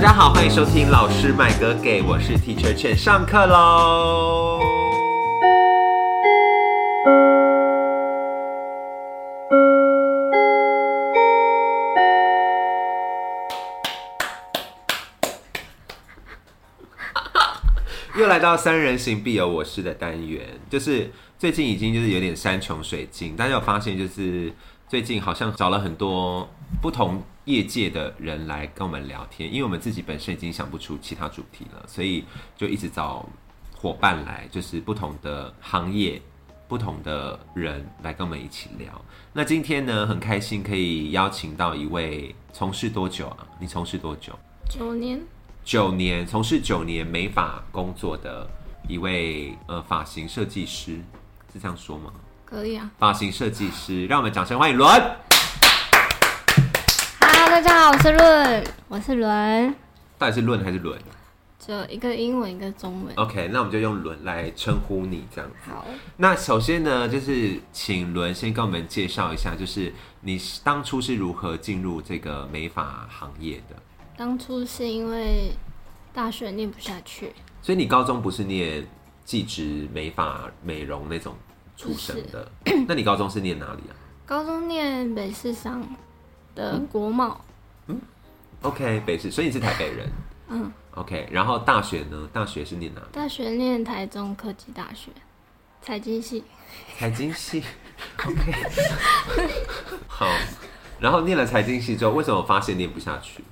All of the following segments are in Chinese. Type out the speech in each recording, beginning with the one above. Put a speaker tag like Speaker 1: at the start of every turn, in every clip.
Speaker 1: 家好，欢迎收听老师麦哥给，我是 Teacher Chen，上课喽。 又来到三人行必有我师的单元，就是最近已经就是有点山穷水尽，大家有发现就是最近好像找了很多不同业界的人来跟我们聊天，因为我们自己本身已经想不出其他主题了，所以就一直找伙伴来，就是不同的行业。不同的人来跟我们一起聊。那今天呢，很开心可以邀请到一位从事多久啊？你从事多久？
Speaker 2: 九年，
Speaker 1: 九年从事九年美发工作的一位呃发型设计师，是这样说吗？
Speaker 2: 可以啊。
Speaker 1: 发型设计师，让我们掌声欢迎伦。
Speaker 2: 哈，大家好，我是润，我是伦，
Speaker 1: 到底是论还是伦
Speaker 2: 只有一个英文，一个中文。
Speaker 1: ？OK，那我们就用伦来称呼你这样子。
Speaker 2: 好，
Speaker 1: 那首先呢，就是请伦先跟我们介绍一下，就是你当初是如何进入这个美发行业的？
Speaker 2: 当初是因为大学念不下去，
Speaker 1: 所以你高中不是念技职美发美容那种出身的？那你高中是念哪里啊？
Speaker 2: 高中念北市商的国贸，
Speaker 1: OK，北市，所以你是台北人。
Speaker 2: 嗯
Speaker 1: ，OK，然后大学呢？大学是念哪？
Speaker 2: 大学念台中科技大学财经系，
Speaker 1: 财经系。OK，好。然后念了财经系之后，为什么发现念不下去？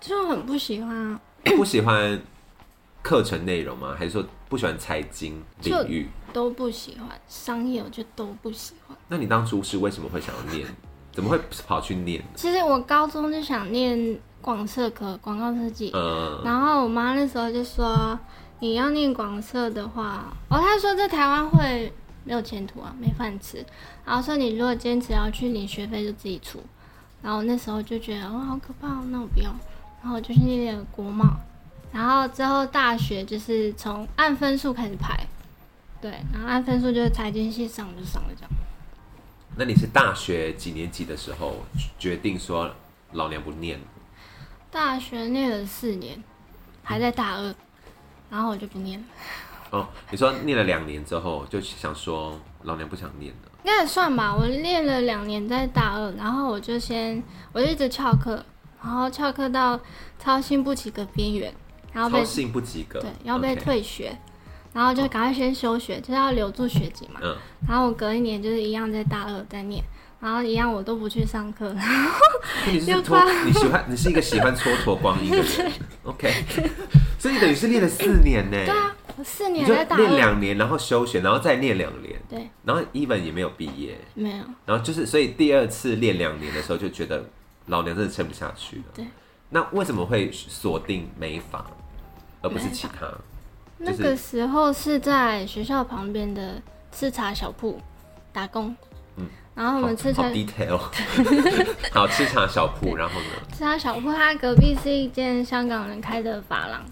Speaker 2: 就很不喜欢啊，
Speaker 1: 不喜欢课程内容吗？还是说不喜欢财经领域？
Speaker 2: 都不喜欢商业，我就都不喜欢。
Speaker 1: 那你当初是为什么会想要念？怎么会跑去念？
Speaker 2: 其实我高中就想念广设科，广告设计，
Speaker 1: 呃，
Speaker 2: 然后我妈那时候就说，你要念广设的话，哦，她说在台湾会没有前途啊，没饭吃。然后说你如果坚持要去领学费就自己出。然后我那时候就觉得哇好可怕哦，那我不要。然后我就去念了国贸，然后之后大学就是从按分数开始排，对，然后按分数就是财经系上就上了这样。
Speaker 1: 那你是大学几年级的时候决定说老娘不念了？
Speaker 2: 大学念了四年，还在大二，然后我就不念了。
Speaker 1: 哦，你说念了两年之后就想说老娘不想念了。
Speaker 2: 应该也算吧，我练了两年在大二，然后我就先我就一直翘课，然后翘课到超新不及格边缘，然后
Speaker 1: 超
Speaker 2: 被
Speaker 1: 信不及格，
Speaker 2: 对要被
Speaker 1: OK
Speaker 2: 退学然后就赶快先休学，就是要留住学籍嘛。
Speaker 1: 嗯，
Speaker 2: 然后我隔一年就是一样在大二在念，然后一样我都不去上课，
Speaker 1: 那你就是脱，你喜欢，你是一个喜欢蹉跎光阴的 人。OK，所以你等于是练了四年呢。
Speaker 2: 对啊，我四
Speaker 1: 你
Speaker 2: 年
Speaker 1: 就
Speaker 2: 在大
Speaker 1: 练
Speaker 2: 二，
Speaker 1: 两年，然后休学，然后再练两年，
Speaker 2: 对，
Speaker 1: 然后 even 也没有毕业，
Speaker 2: 没有，
Speaker 1: 然后就是，所以第二次练两年的时候就觉得老娘真的撑不下去了。
Speaker 2: 对，
Speaker 1: 那为什么会锁定美发，而不是其他？
Speaker 2: 啊那
Speaker 1: 就是
Speaker 2: 个时候是在学校旁边的吃茶小铺打工，
Speaker 1: 嗯，
Speaker 2: 然后我们吃
Speaker 1: 好
Speaker 2: 茶
Speaker 1: 好 detail，哦 好吃茶小铺，然后呢？
Speaker 2: 是他小铺，他隔壁是一间香港人开的发廊，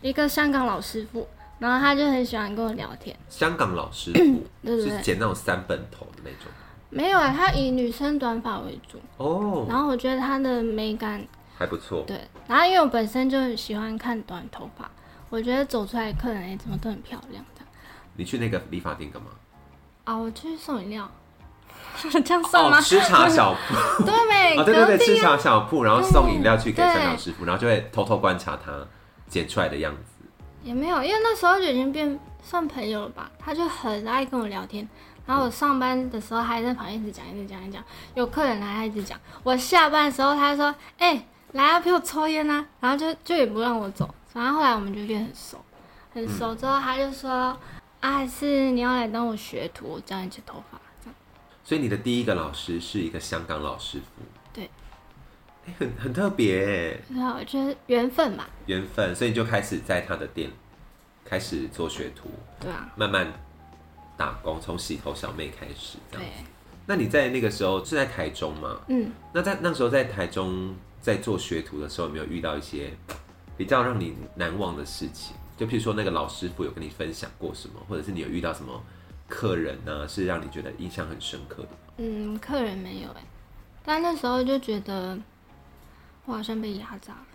Speaker 2: 一个香港老师傅，然后他就很喜欢跟我聊天。
Speaker 1: 香港老师傅
Speaker 2: 对对对
Speaker 1: 是剪那种三本头的那种。
Speaker 2: 没有啊，他以女生短发为主，
Speaker 1: 哦，
Speaker 2: 然后我觉得他的美感
Speaker 1: 还不错。
Speaker 2: 对，然后因为我本身就喜欢看短头发，我觉得走出来客人也哎怎么都很漂亮的。
Speaker 1: 你去那个理发店干嘛？
Speaker 2: 啊，我去送饮料， 这样算吗
Speaker 1: 哦，？吃茶小铺
Speaker 2: 对没？
Speaker 1: 哦，对对对，
Speaker 2: 哎隔壁啊
Speaker 1: 吃茶小铺，然后送饮料去给
Speaker 2: 嗯
Speaker 1: 香港师傅，然后就会偷偷观察他剪出来的样子。
Speaker 2: 也没有，因为那时候就已经变算朋友了吧，他就很爱跟我聊天。然后我上班的时候哎还在旁边一直讲，一直讲，一直讲。有客人来，他一直讲。我下班的时候，他就说：“哎、来啊，陪我抽烟啊。”然后就就也不让我走。反正后来我们就变很熟，很熟之后，他就说：“啊，还是你要来当我学徒，我教你剪头发。”这样
Speaker 1: 所以你的第一个老师是一个香港老师傅，
Speaker 2: 对，
Speaker 1: 哎很很特别耶
Speaker 2: 然后我觉得缘分吧，
Speaker 1: 缘分，所以你就开始在他的店开始做学徒，
Speaker 2: 对啊，
Speaker 1: 慢慢打工，从洗头小妹开始这
Speaker 2: 对
Speaker 1: 样。，那你在那个时候是在台中吗？
Speaker 2: 嗯，
Speaker 1: 那在那时候在台中在做学徒的时候，有没有遇到一些比较让你难忘的事情？就譬如说那个老师傅有跟你分享过什么，或者是你有遇到什么客人呢、是让你觉得印象很深刻的？
Speaker 2: 嗯，客人没有哎、但那时候就觉得我好像被压榨了。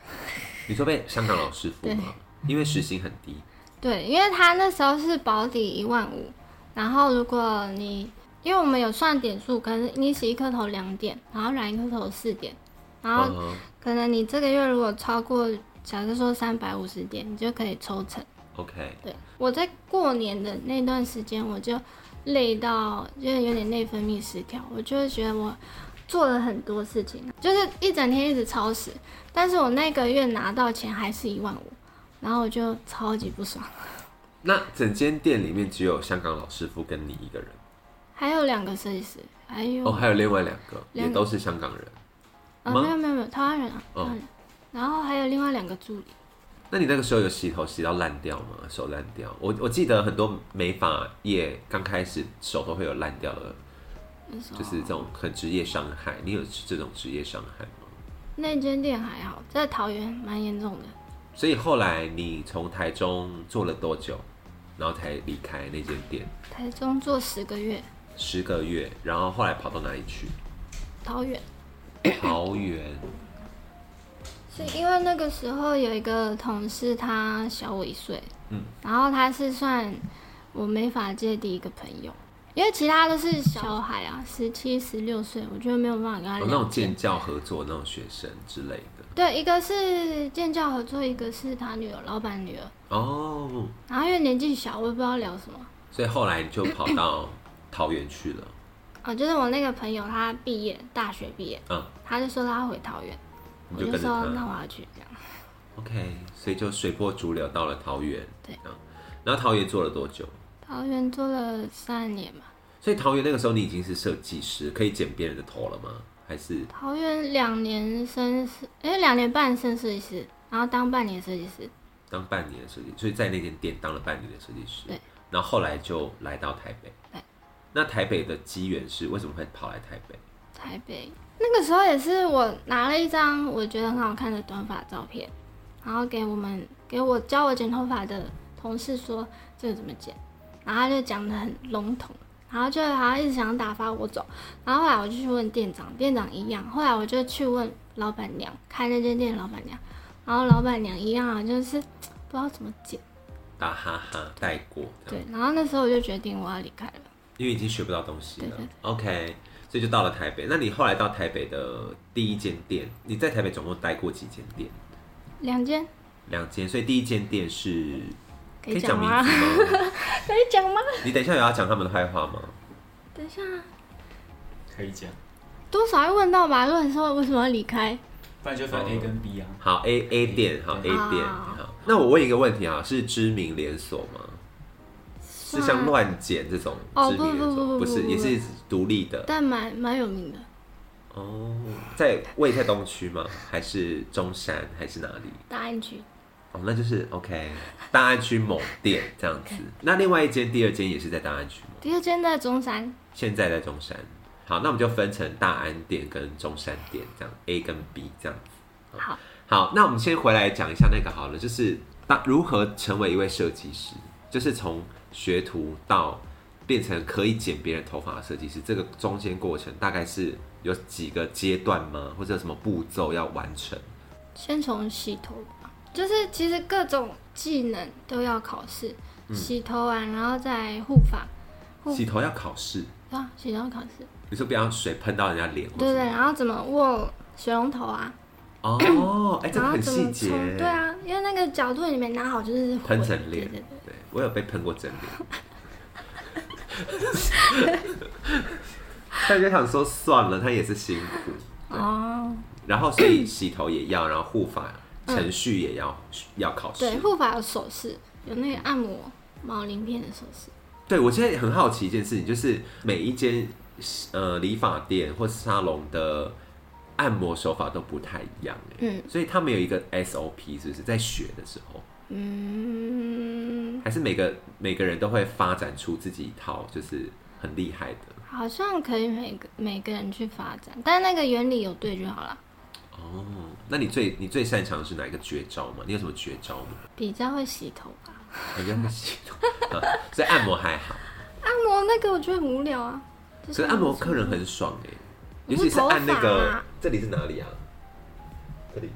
Speaker 1: 你说被香港老师傅吗？因为时薪很 低，
Speaker 2: 对，因为他那时候是保底一万五，然后如果你因为我们有算点数，可能你洗一颗头两点，然后染一颗头四点，然后
Speaker 1: 嗯
Speaker 2: 可能你这个月如果超过，假设说三百五十点，你就可以抽成。
Speaker 1: ，OK，
Speaker 2: 对，我在过年的那段时间，我就累到就是有点内分泌失调，我就会觉得我做了很多事情，就是一整天一直超时，但是我那个月拿到钱还是一万五，然后我就超级不爽。
Speaker 1: 那整间店里面只有香港老师傅跟你一个人，
Speaker 2: 还有两个设计师，还有、
Speaker 1: 哦，还有另外两个
Speaker 2: 两
Speaker 1: 也
Speaker 2: 个
Speaker 1: 都是香港人。
Speaker 2: 啊
Speaker 1: 吗
Speaker 2: 没有没有没有台湾人啊，台
Speaker 1: 哦
Speaker 2: 湾人，然后还有另外两个助理，
Speaker 1: 那你那个时候有洗头洗到烂掉吗？手烂掉？我我记得很多美发业刚开始手都会有烂掉的，
Speaker 2: 那时候啊
Speaker 1: 就是这种很职业伤害。你有这种职业伤害吗？
Speaker 2: 那间店还好，在桃园蛮严重的，
Speaker 1: 所以后来你从台中做了多久，然后才离开那间店？
Speaker 2: 台中做十个月，
Speaker 1: 十个月，然后后来跑到哪里去？
Speaker 2: 桃园。
Speaker 1: 桃园。
Speaker 2: 是因为那个时候有一个同事，他小我一岁，
Speaker 1: 嗯，
Speaker 2: 然后他是算我美发界第一个朋友，因为其他都是小孩啊，十七、十六岁，我觉得没有办法跟他
Speaker 1: 有
Speaker 2: 聊
Speaker 1: 哦那种
Speaker 2: 天。
Speaker 1: 建教合作那种学生之类的。
Speaker 2: 对，一个是建教合作，一个是他女儿，老板女儿。
Speaker 1: 哦，
Speaker 2: 然后因为年纪小，我也不知道聊什么
Speaker 1: 所以后来你就跑到桃园去了。
Speaker 2: 啊。就是我那个朋友，他毕业，大学毕业，
Speaker 1: 嗯
Speaker 2: 他就说他回桃园，
Speaker 1: 你
Speaker 2: 我
Speaker 1: 就
Speaker 2: 就
Speaker 1: 跟着
Speaker 2: 说
Speaker 1: 他
Speaker 2: 那我要去这样。
Speaker 1: ，OK，所以就随波逐流到了桃园。
Speaker 2: 对
Speaker 1: 这样，然后桃园做了多久？
Speaker 2: 桃园做了三年吧，
Speaker 1: 所以桃园那个时候你已经是设计师，可以剪别人的头了吗？还是
Speaker 2: 桃园两年升是，哎、两年半升设计师，然后当半年设计师。
Speaker 1: 当半年的设计？所以在那间店当了半年的设计师。
Speaker 2: 对。
Speaker 1: 然后后来就来到台北。
Speaker 2: 对。
Speaker 1: 那台北的机缘是为什么会跑来台北？
Speaker 2: 台北那个时候也是我拿了一张我觉得很好看的短发照片，然后给我们给我教我剪头发的同事说这个怎么剪，然后他就讲的很笼统，然后就好像一直想打发我走，然后后来我就去问店长，店长一样，后来我就去问老板娘，开那间店的老板娘，然后老板娘一样啊，就是不知道怎么剪，
Speaker 1: 打哈哈带过。这样
Speaker 2: 对，然后那时候我就决定我要离开了。
Speaker 1: 因为已经学不到东西了
Speaker 2: 对对。
Speaker 1: OK，所以就到了台北。那你后来到台北的第一间店，你在台北总共待过几间店？
Speaker 2: 两间
Speaker 1: 两间，所以第一间店是
Speaker 2: 可
Speaker 1: 可以
Speaker 2: 以
Speaker 1: 讲
Speaker 2: 讲
Speaker 1: 名
Speaker 2: 吗？
Speaker 1: 字吗？
Speaker 2: 可以讲吗？
Speaker 1: 你等一下有要讲他们的坏话吗？
Speaker 2: 等一下啊，
Speaker 3: 可以讲，
Speaker 2: 多少会问到吧？如果你说为什么要离开，
Speaker 3: 不然就分 A 跟 B 啊。
Speaker 1: 好，A A 店，好 A
Speaker 3: 对
Speaker 1: 店，
Speaker 2: 好
Speaker 1: 好。那我问一个问题啊，是知名连锁吗？是像乱剪这种
Speaker 2: 哦
Speaker 1: 知名连
Speaker 2: 不不
Speaker 1: 锁？
Speaker 2: 不不
Speaker 1: 是，
Speaker 2: 不
Speaker 1: 也
Speaker 2: 不
Speaker 1: 是独立的。
Speaker 2: 但蛮蛮有名的，
Speaker 1: 哦，在位在东区吗？还是中山？还是哪里？
Speaker 2: 大安区。
Speaker 1: 哦，那就是 OK，大安区某店这样 子。那另外一间、第二间也是在大安区吗？
Speaker 2: 第二间在中山，
Speaker 1: 现在在中山。好，那我们就分成大安店跟中山店这样，A 跟 B 这样子。
Speaker 2: 好，
Speaker 1: 好，那我们先回来讲一下那个好了，就是当如何成为一位设计师，就是从学徒到变成可以剪别人头发的设计师，这个中间过程大概是有几个阶段吗？或者有什么步骤要完成？
Speaker 2: 先从洗头吧，就是其实各种技能都要考试，
Speaker 1: 嗯
Speaker 2: 洗头完然后再护发，护
Speaker 1: 洗头要考试，
Speaker 2: 啊，洗头考试，
Speaker 1: 你说不要水喷到人家脸，
Speaker 2: 对对，。然后怎么握水龙头啊，
Speaker 1: 哦，哎、这个
Speaker 2: 然后
Speaker 1: 很
Speaker 2: 怎
Speaker 1: 细
Speaker 2: 么
Speaker 1: 节。
Speaker 2: 冲，对啊，因为那个角度你没拿好就是会
Speaker 1: 喷成脸，
Speaker 2: 对对
Speaker 1: 对我有被喷过整脸。 但就想说算了，他也是辛苦，
Speaker 2: 对哦，
Speaker 1: 然后所以洗头也要，然后护发程序也要、要考试。
Speaker 2: 对，护发有手势，有那个按摩毛鳞片的手势，
Speaker 1: 对，我现在很好奇一件事情，就是每一间呃理发店或是沙龙的按摩手法都不太一样，欸
Speaker 2: 嗯
Speaker 1: 所以他们有一个 SOP，是不是在学的时候？
Speaker 2: 嗯，
Speaker 1: 还是每个每个人都会发展出自己一套，就是很厉害的
Speaker 2: 好像可以每个每个人去发展，但那个原理有对就好了。
Speaker 1: 哦。那你最你最擅长的是哪一个绝招吗？你有什么绝招吗？
Speaker 2: 比较会洗头吧，
Speaker 1: 好像不行啊， 所以按摩还好，
Speaker 2: 按摩那个我觉得很无聊啊。
Speaker 1: 可
Speaker 2: 就
Speaker 1: 是按摩客人很爽哎、
Speaker 2: 我
Speaker 1: 尤
Speaker 2: 不
Speaker 1: 其是按那
Speaker 2: 头发
Speaker 1: 个
Speaker 2: 啊
Speaker 1: 这里是哪里啊？这里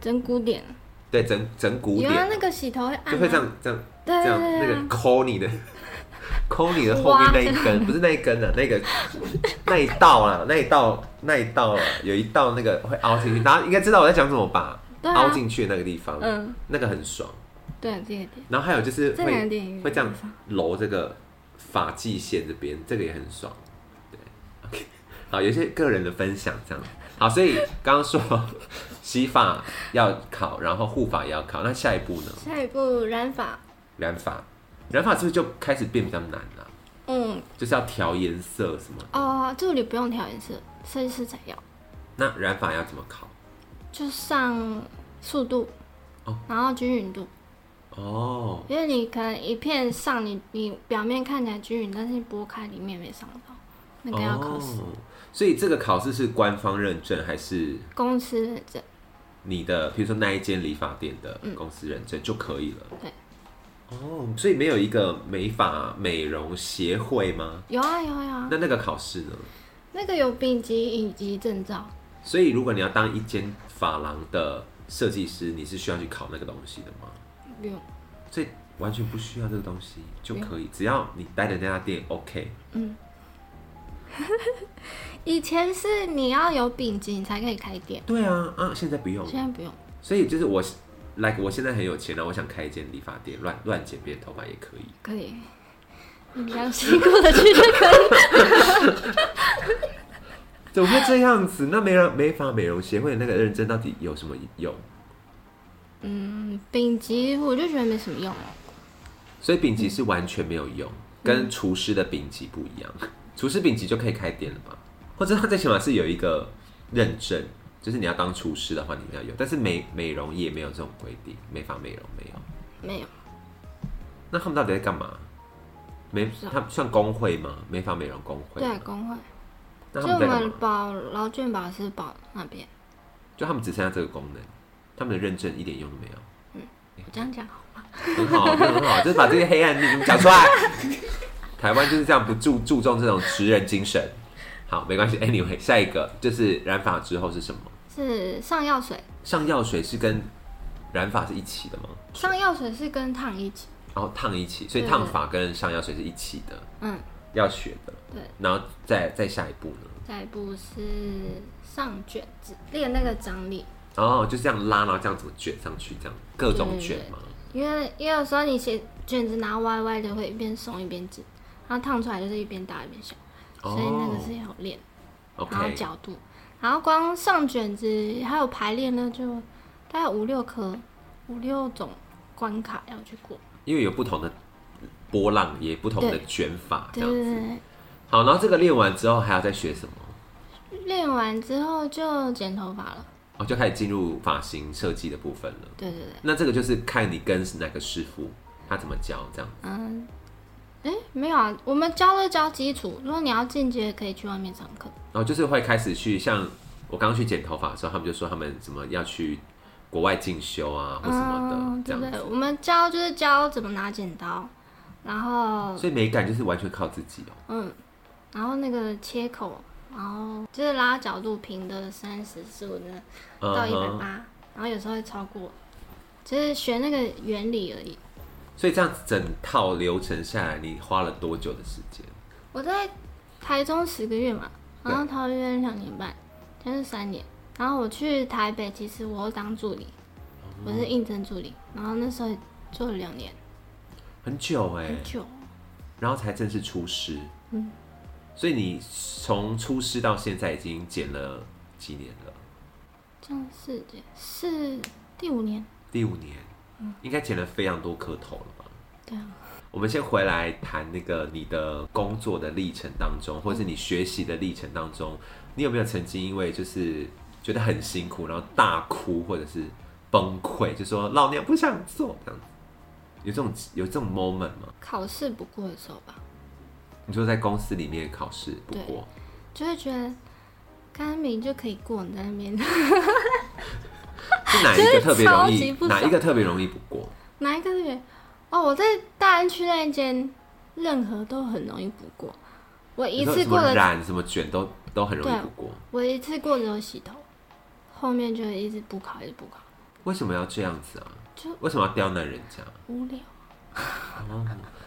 Speaker 2: 真古典，
Speaker 1: 对，整整骨
Speaker 2: 有啊，
Speaker 1: 点，
Speaker 2: 那个洗头会按、啊，
Speaker 1: 就会这样这样
Speaker 2: 对
Speaker 1: 这
Speaker 2: 对
Speaker 1: 样
Speaker 2: 对
Speaker 1: 那
Speaker 2: 对
Speaker 1: 个
Speaker 2: 啊，
Speaker 1: 抠你的， 抠你的后面那一根，不是那一根啊，那个那一道啊，那一道那一道啊，有一道那个会凹进去，大家应该知道我在讲什么吧？
Speaker 2: 对
Speaker 1: 凹
Speaker 2: 啊，
Speaker 1: 进去的那个地方，
Speaker 2: 嗯，
Speaker 1: 那个很爽。
Speaker 2: 对啊，这个点，
Speaker 1: 然后还有就是
Speaker 2: 这两个
Speaker 1: 会
Speaker 2: 点有
Speaker 1: 会这样
Speaker 2: 点像
Speaker 1: 揉这个发际线这边，这个也很爽。对，OK，好，有一些个人的分享这样。好，所以刚刚说洗发要考，然后护发也要考，那下一步呢？
Speaker 2: 下一步染发，
Speaker 1: 染发，染发是不是就开始变比较难了、
Speaker 2: 嗯，
Speaker 1: 就是要调颜色什么？
Speaker 2: 哦，助理不用调颜色，设计师才要，
Speaker 1: 那染发要怎么考？
Speaker 2: 就上速度，
Speaker 1: 哦
Speaker 2: 然后均匀度，
Speaker 1: 哦，
Speaker 2: 因为你可能一片上你你表面看起来均匀，但是你拨开里面没上到，那个要考试，
Speaker 1: 哦。所以这个考试是官方认证还是
Speaker 2: 公司认证，
Speaker 1: 你的，比如说那一间理发店的公司认证就可以了。
Speaker 2: 嗯对。
Speaker 1: 哦，所以没有一个美发美容协会吗？
Speaker 2: 有啊有啊有啊，
Speaker 1: 那那个考试呢？
Speaker 2: 那个有丙级、乙级证照，
Speaker 1: 所以如果你要当一间发廊的设计师，你是需要去考那个东西的吗？
Speaker 2: 不用，
Speaker 1: 所以完全不需要这个东西就可以，只要你待的那家店 OK。
Speaker 2: 以前是你要有丙级你才可以开店，
Speaker 1: 对啊，啊，现在不用。
Speaker 2: 现在不用。
Speaker 1: 所以就是我，like 我现在很有钱了，啊我想开一间理发店，乱乱剪别人头发也可以。
Speaker 2: 可以，你良心过得去就可以。
Speaker 1: 怎么会这样子？那美容美发美容协会的那个认证到底有什么用？
Speaker 2: 嗯，丙级我就觉得没什么用了。
Speaker 1: 所以丙级是完全没有用，
Speaker 2: 嗯
Speaker 1: 跟厨师的丙级不一样。厨师丙级就可以开店了吧？或者他最起码是有一个认证，就是你要当厨师的话，你一定要有。但是美美容业没有这种规定，美发美容没有。
Speaker 2: 没有，
Speaker 1: 那他们到底在干嘛？美
Speaker 2: 知道
Speaker 1: 他们算工会吗？美发美容工会？
Speaker 2: 对，啊工会，
Speaker 1: 那
Speaker 2: 就
Speaker 1: 他们
Speaker 2: 我
Speaker 1: 在干嘛
Speaker 2: 们？保劳健保是保那边，
Speaker 1: 就他们只剩下这个功能，他们的认证一点用都没有。
Speaker 2: 我这样讲好。
Speaker 1: 很好，真的很好，就是把这些黑暗面讲出来。 台湾就是这样，不注注重这种职人精神。好，没关系。Anyway，下一个就是染发之后是什么？
Speaker 2: 是上药水，
Speaker 1: 上药水是跟染发是一起的吗？
Speaker 2: 上药水是跟烫一起，
Speaker 1: 然后烫一起，所以
Speaker 2: 对
Speaker 1: 烫发跟上药水是一起的，
Speaker 2: 嗯，
Speaker 1: 要学的。
Speaker 2: 对。
Speaker 1: 然后再再下一步呢？
Speaker 2: 再一步是上卷子，练那个张力，
Speaker 1: 哦，就这样拉，然后这样怎么卷上去？这样各种卷吗？
Speaker 2: 因为因为有时候你写卷子拿歪歪的，会一边松一边紧，然后烫出来就是一边大一边小，所以那个是要练。然后
Speaker 1: 哦，OK，
Speaker 2: 角度，然后光上卷子还有排练呢，就大概五六科、五六种关卡要去过。
Speaker 1: 因为有不同的波浪，也不同的
Speaker 2: 对
Speaker 1: 卷法这
Speaker 2: 对
Speaker 1: 样
Speaker 2: 对
Speaker 1: 子。
Speaker 2: 对
Speaker 1: 好，然后这个练完之后还要再学什么？
Speaker 2: 对，练完之后就剪头发了。
Speaker 1: 哦，就开始进入发型设计的部分了。
Speaker 2: 对对对，
Speaker 1: 那这个就是看你跟哪个师傅，他怎么教这样。
Speaker 2: 嗯，哎，没有啊，我们教的教基础，如果你要进阶，可以去外面上课。
Speaker 1: 然后就是会开始去像我刚刚去剪头发的时候，他们就说他们怎么要去国外进修啊或什么的、
Speaker 2: 嗯，
Speaker 1: 这
Speaker 2: 对
Speaker 1: 样
Speaker 2: 对，我们教就是教怎么拿剪刀，然后
Speaker 1: 所以美感就是完全靠自己哦、
Speaker 2: 嗯，然后那个切口，然后就是拉角度平的三十四五的。到一百
Speaker 1: 哦嗯哼
Speaker 2: 八，然后有时候会超过，就是学那个原理而已。
Speaker 1: 所以这样子整套流程下来，你花了多久的时间？
Speaker 2: 我在台中十个月嘛，
Speaker 1: 对
Speaker 2: 然后桃园两年半，现在是三年。然后我去台北，其实我又当助理，
Speaker 1: 嗯
Speaker 2: 我是应征助理，然后那时候也做了两年，
Speaker 1: 很久哎、
Speaker 2: 很久。
Speaker 1: 然后才正式出师。嗯，所以你从出师到现在已经剪了几年了？
Speaker 2: 这样是是第五年，
Speaker 1: 第五年，应该剪了非常多颗头了吧？
Speaker 2: 对啊，
Speaker 1: 我们先回来谈那个你的工作的历程当中，或是你学习的历程当中，你有没有曾经因为就是觉得很辛苦，然后大哭或者是崩溃，就说老娘不想做这样子？有这种有这种 moment 吗？
Speaker 2: 考试不过的时候吧，
Speaker 1: 你说在公司里面考试不过，
Speaker 2: 就会觉得甘明就可以过，你在那边
Speaker 1: 是哪一个特别容
Speaker 2: 就是超级
Speaker 1: 易？
Speaker 2: 不爽
Speaker 1: 哪一个特别容易不过？
Speaker 2: 哪一个特别？哦，我在大安区那一间，任何都很容易不过。我一
Speaker 1: 你
Speaker 2: 次
Speaker 1: 说什
Speaker 2: 过
Speaker 1: 么啊
Speaker 2: 了，
Speaker 1: 染什么卷都都很容易
Speaker 2: 对
Speaker 1: 不过，
Speaker 2: 我一次过只有洗头，后面就一直补考，一直补考。
Speaker 1: 为什么要这样子啊
Speaker 2: 就？
Speaker 1: 为什么要刁难人家？
Speaker 2: 无聊。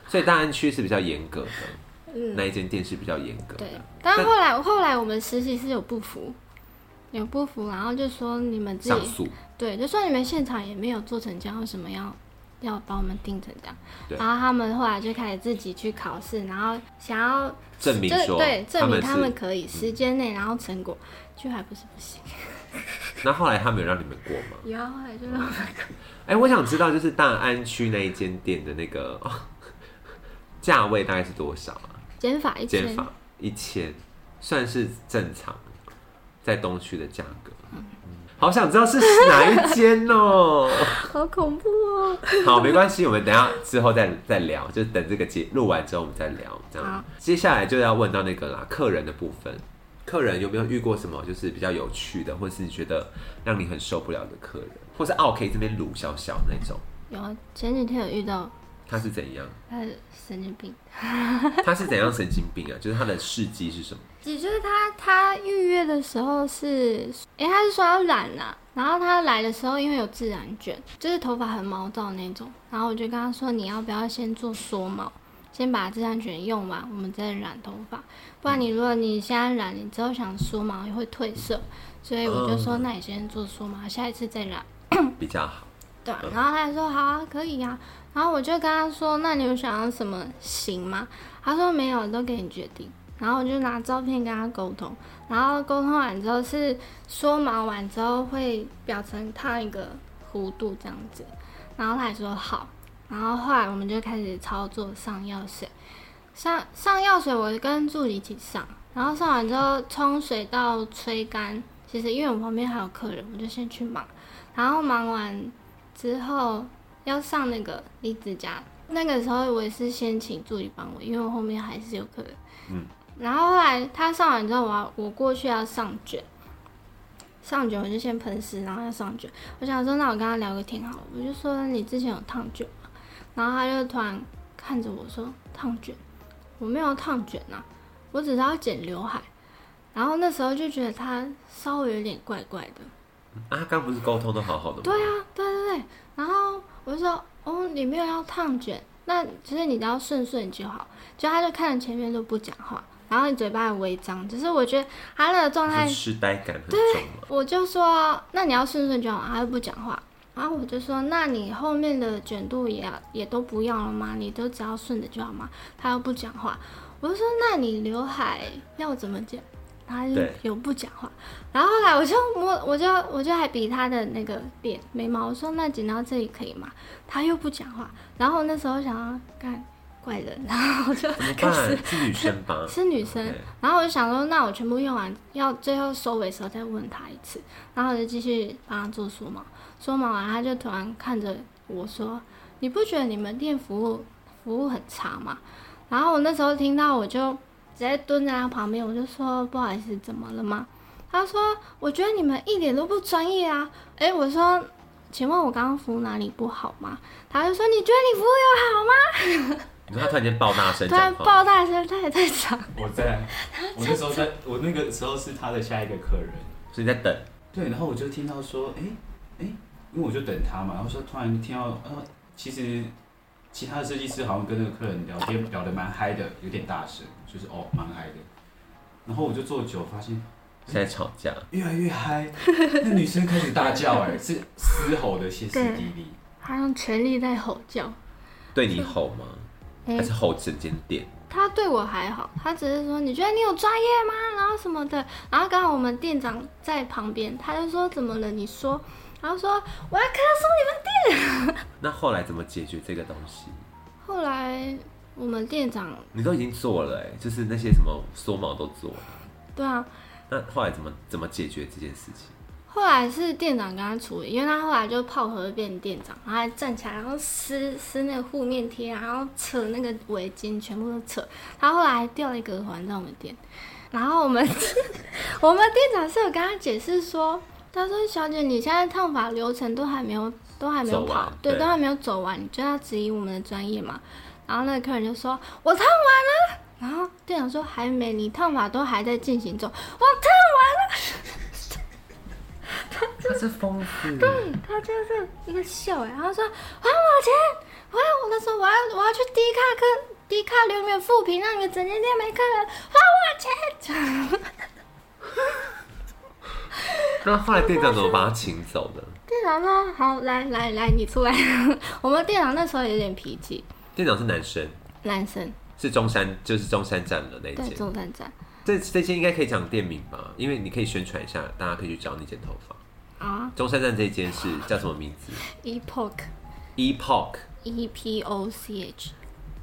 Speaker 1: 所以大安区是比较严格的，
Speaker 2: 嗯，
Speaker 1: 那一间店是比较严格
Speaker 2: 对
Speaker 1: 的。。
Speaker 2: 但后来后来我们实习是有不服，有不服，然后就说你们自
Speaker 1: 上
Speaker 2: 己
Speaker 1: 诉，
Speaker 2: 对，就说你们现场也没有做成这样，为什么要要把我们定成这样？
Speaker 1: 对
Speaker 2: 然后他们后来就开始自己去考试，然后想要
Speaker 1: 证明
Speaker 2: 就是
Speaker 1: 说
Speaker 2: 对证明
Speaker 1: 他
Speaker 2: 他
Speaker 1: 们
Speaker 2: 们
Speaker 1: 是。嗯
Speaker 2: 可以时间内，然后成果就还不是不行。
Speaker 1: 那后来他们有让你们过吗？
Speaker 2: 然后后来就让我们
Speaker 1: 哎、我想知道就是大安区那一间店的那个 哦价、位大概是多少啊？
Speaker 2: 减法一
Speaker 1: 减
Speaker 2: 千，
Speaker 1: 法一千，算是正常，在东区的价格。
Speaker 2: 嗯
Speaker 1: 嗯好想知道是哪一间哦、
Speaker 2: 好恐怖哦！
Speaker 1: 好，没关系，我们等一下之后再再聊，就等这个节录完之后我们再聊。这样
Speaker 2: 好，
Speaker 1: 接下来就要问到那个啦，客人的部分。客人有没有遇过什么就是比较有趣的，或是你觉得让你很受不了的客人，或是啊 OK 这边鲁小小那种，
Speaker 2: 有前几天有遇到
Speaker 1: 他是怎样？
Speaker 2: 他是神经病，
Speaker 1: 他是怎样神经病啊？就是他的事迹是什么？
Speaker 2: 也就是他他预约的时候是，诶、他是说要染啦、然后他来的时候因为有自然卷，就是头发很毛躁那种，然后我就跟他说你要不要先做缩毛，先把自然卷用完，我们再染头发，不然你如果你现在染，你之后想缩毛也会褪色，所以我就说
Speaker 1: 嗯
Speaker 2: 那你先做缩毛，下一次再染。
Speaker 1: 比较好，
Speaker 2: 对，然后他就说好啊，可以啊。然后我就跟他说，那你有想要什么型吗？他说没有，都给你决定。然后我就拿照片跟他沟通，然后沟通完之后是说毛完之后会裱成烫一个弧度这样子，然后他也说好，然后后来我们就开始操作上药水，上上药水我跟助理一起上，然后上完之后冲水到吹干，其实因为我旁边还有客人，我就先去忙，然后忙完之后要上那个离子夹，那个时候我也是先请助理帮我，因为我后面还是有客人。
Speaker 1: 嗯。
Speaker 2: 然后后来他上完之后，我要我过去要上卷，上卷我就先喷湿，然后要上卷。我想说，那我跟他聊个天好了，我就说你之前有烫卷吗？然后他就突然看着我说烫卷，我没有烫卷啊，我只是要剪刘海。然后那时候就觉得他稍微有点怪怪的。
Speaker 1: 啊，他刚不是沟通都好好的吗？
Speaker 2: 对啊，对对对。然后我就说，哦，你没有要烫卷，那其实你只要顺顺就好。就他就看着前面都不讲话，然后你嘴巴也微张，只是我觉得他那个状态
Speaker 1: 就是痴呆感很重嘛。
Speaker 2: 我就说，那你要顺顺就好，啊他又不讲话。然后我就说，那你后面的卷度也要也都不要了吗？你都只要顺着就好吗？他又不讲话。我就说，那你刘海要怎么剪？他就
Speaker 1: 对
Speaker 2: 有不讲话。然后后来我就摸，我就我就还比他的那个脸眉毛，我说那剪到这里可以吗？他又不讲话。然后那时候想要干怪人，然后我就
Speaker 1: 怎么
Speaker 2: 啊开始
Speaker 1: 办？是女生吧？
Speaker 2: 是 女生
Speaker 1: OK，
Speaker 2: 然后我就想说，那我全部用完，要最后收尾的时候再问他一次，然后我就继续帮他做缩毛，缩毛完他就突然看着我说：“你不觉得你们店服务服务很差吗？”然后我那时候听到，我就直接蹲在他旁边，我就说：“不好意思，怎么了吗？”他说：“我觉得你们一点都不专业啊！”诶，我说：“请问我刚刚服务哪里不好吗？”他就说：“你觉得你服务有好吗
Speaker 1: 你说他突然间爆大？”声
Speaker 2: 突然
Speaker 1: 讲话，
Speaker 2: 爆大声，他也在场。
Speaker 3: 哦我 在，我那时候在，我那个时候是他的下一个客人。
Speaker 1: 所以你在等，
Speaker 3: 对，然后我就听到说，哎、哎、因为我就等他嘛，然后说突然听到，呃，其实其他的设计师好像跟那个客人聊天聊得蛮嗨的，有点大声，就是哦蛮嗨的。然后我就坐久，发现
Speaker 1: 现在吵架。
Speaker 3: 越来越嗨， 那女生开始大叫、哎，是嘶吼的歇斯底 里。
Speaker 2: 他用全力在吼叫。
Speaker 1: 对你吼吗？
Speaker 2: 哎、
Speaker 1: 还是吼整间店？
Speaker 2: 他对我还好，他只是说你觉得你有专业吗？然后什么的。然后刚好我们店长在旁边，他就说怎么了？你说。然后说我要看
Speaker 1: 那后来怎么解决这个东西？
Speaker 2: 他。后来我们店长
Speaker 1: 你都已经做了、哎，就是那些什么缩毛都做了，
Speaker 2: 对啊，
Speaker 1: 那后来怎么怎么解决这件事情？
Speaker 2: 后来是店长跟他处理，因为他后来就泡河变店长，然后还站起来，然后撕撕那个护面贴，然后扯那个围巾，全部都扯。他后来还掉了一个耳环在我们店，然后我们 我们店长是有跟他解释说，他说小姐你现在烫发流程都还没有都还没有
Speaker 1: 走完
Speaker 2: 跑，对，
Speaker 1: 对
Speaker 2: 都还没有走完，你就要质疑我们的专业嘛。然后那个客人就说：“我烫完了。”然后店长说：“还没，你烫发都还在进行中。”我烫完了。
Speaker 1: 他是疯子，欸
Speaker 2: 他就是一个秀哎，然后说还我钱，还我的时候我要我要去低卡跟低卡留言复评，让你们整间店没客人，还我钱。
Speaker 1: 那后来店长怎么把他请走的？
Speaker 2: 店长说好，来来来，你出来。 我们店长那时候有点脾气，
Speaker 1: 店长是男生，
Speaker 2: 男生
Speaker 1: 是中山，就是中山站的那一
Speaker 2: 对
Speaker 1: 间。
Speaker 2: 中山站
Speaker 1: 这这间应该可以讲店名吧？因为你可以宣传一下，大家可以去找你剪头发。
Speaker 2: 啊
Speaker 1: 中山站这间是叫什么名字
Speaker 2: ，epoch。
Speaker 1: ？Epoch。
Speaker 2: E P O C H，